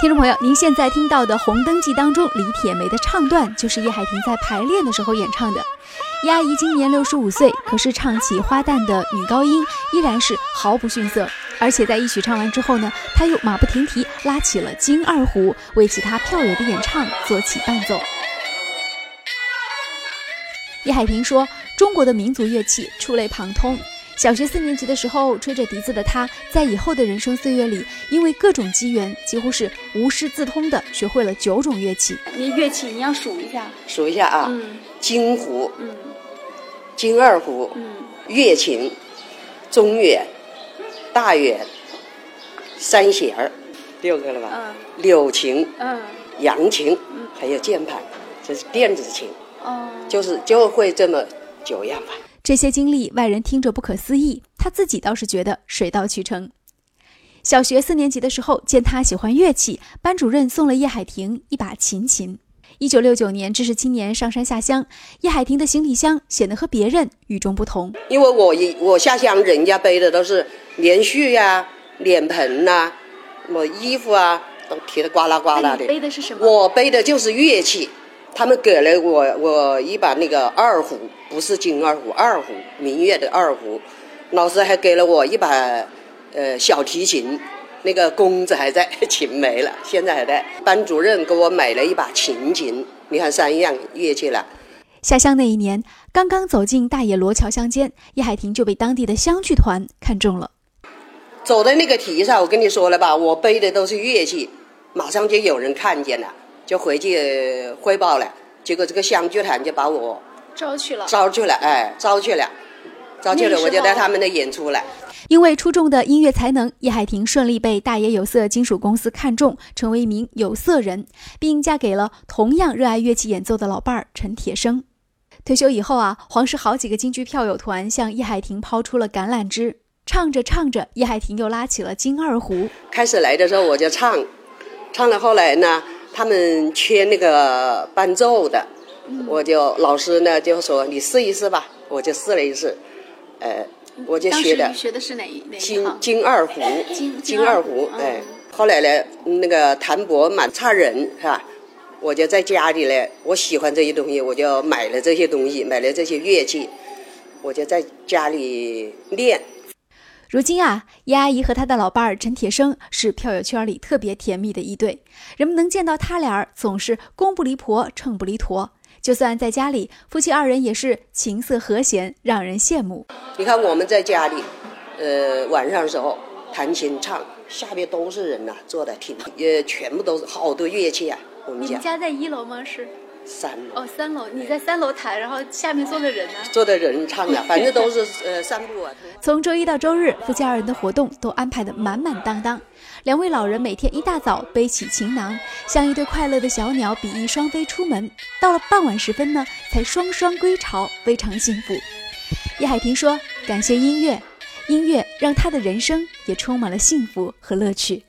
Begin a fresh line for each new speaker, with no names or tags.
听众朋友，您现在听到的《红灯记》当中李铁梅的唱段，就是叶海婷在排练的时候演唱的。叶阿姨今年六十五岁，可是唱起花旦的女高音依然是毫不逊色。而且在一曲唱完之后呢，她又马不停蹄拉起了金二胡，为其他票友的演唱做起伴奏。叶海平说：“中国的民族乐器触类旁通。小学四年级的时候，吹着笛子的他，在以后的人生岁月里，因为各种机缘，几乎是无师自通的学会了九种乐器。
你乐器你要数一下，
数一下啊，
嗯
京胡、
嗯
京二胡、
嗯，
乐琴、中乐、大乐、三弦儿，六个了吧？
嗯
柳琴、
嗯
扬琴，还有键盘，这是电子琴，
哦，
就是就会这么九样吧。
这些经历，外人听着不可思议，他自己倒是觉得水到渠成。小学四年级的时候，见他喜欢乐器，班主任送了叶海婷一把琴琴。一九六九年，知识青年上山下乡，叶海婷的行李箱显得和别人与众不同。
因为我一我下乡，人家背的都是棉絮呀、脸盆呐、什么衣服啊，都提的呱啦呱
那
啦
你
的。
背的是什么？
我背的就是乐器，他们给了我我一把那个二胡，不是金二胡，二胡民乐的二胡。老师还给了我一把呃小提琴，那个弓子还在， 琴没了，现在还在。班主任给我买了一把琴琴，你看三样乐器了。
下乡那一年，刚刚走进大冶罗桥乡间，叶海婷就被当地的乡剧团看中了。
走在那个题上，我跟你说了吧，我背的都是乐器，马上就有人看见了，就回去汇报了。结果这个乡剧团就把我
招去了。
招去了，哎，招去了，招去
那
了，
时候
我就在他们的演出了。
因为出众的音乐才能，叶海婷顺利被大冶有色金属公司看中，成为一名有色人，并嫁给了同样热爱乐器演奏的老伴儿陈铁生。退休以后啊，黄石好几个京剧票友团向叶海婷抛出了橄榄枝。唱着唱着，叶海婷又拉起了金二胡。
开始来的时候我就唱，唱了后来呢，他们缺那个伴奏的，
嗯
我就老师呢就说你试一试吧，我就试了一试，呃，我就
当
学
时
的
你学的是哪一哪一
金
行？
金二胡，
金
金
二
二
胡
胡，
嗯
哎，后来呢，那个谭博蛮差人是吧？我就在家里呢，我喜欢这些东西，我就买了这些东西，买了这些乐器，我就在家里练。
如今啊，叶阿姨和她的老伴儿陈铁生是票友圈里特别甜蜜的一对，人们能见到他俩儿总是公不离婆，秤不离砣。就算在家里，夫妻二人也是琴瑟和谐，让人羡慕。
你看我们在家里，呃，晚上的时候弹琴唱，下边都是人呐、坐在听，也全部都是好多乐器啊。我们
你
家
们家在一楼吗？是
三楼
哦，三楼。你在三楼弹，然后下面坐着人呢。
坐的人唱啊，反正都是呃散步啊。
从周一到周日，夫妻二人的活动都安排得满满当当。两位老人每天一大早背起琴囊，像一对快乐的小鸟比翼双飞出门。到了傍晚时分呢，才双双归巢，非常幸福。叶海婷说：“感谢音乐，音乐让她的人生也充满了幸福和乐趣。”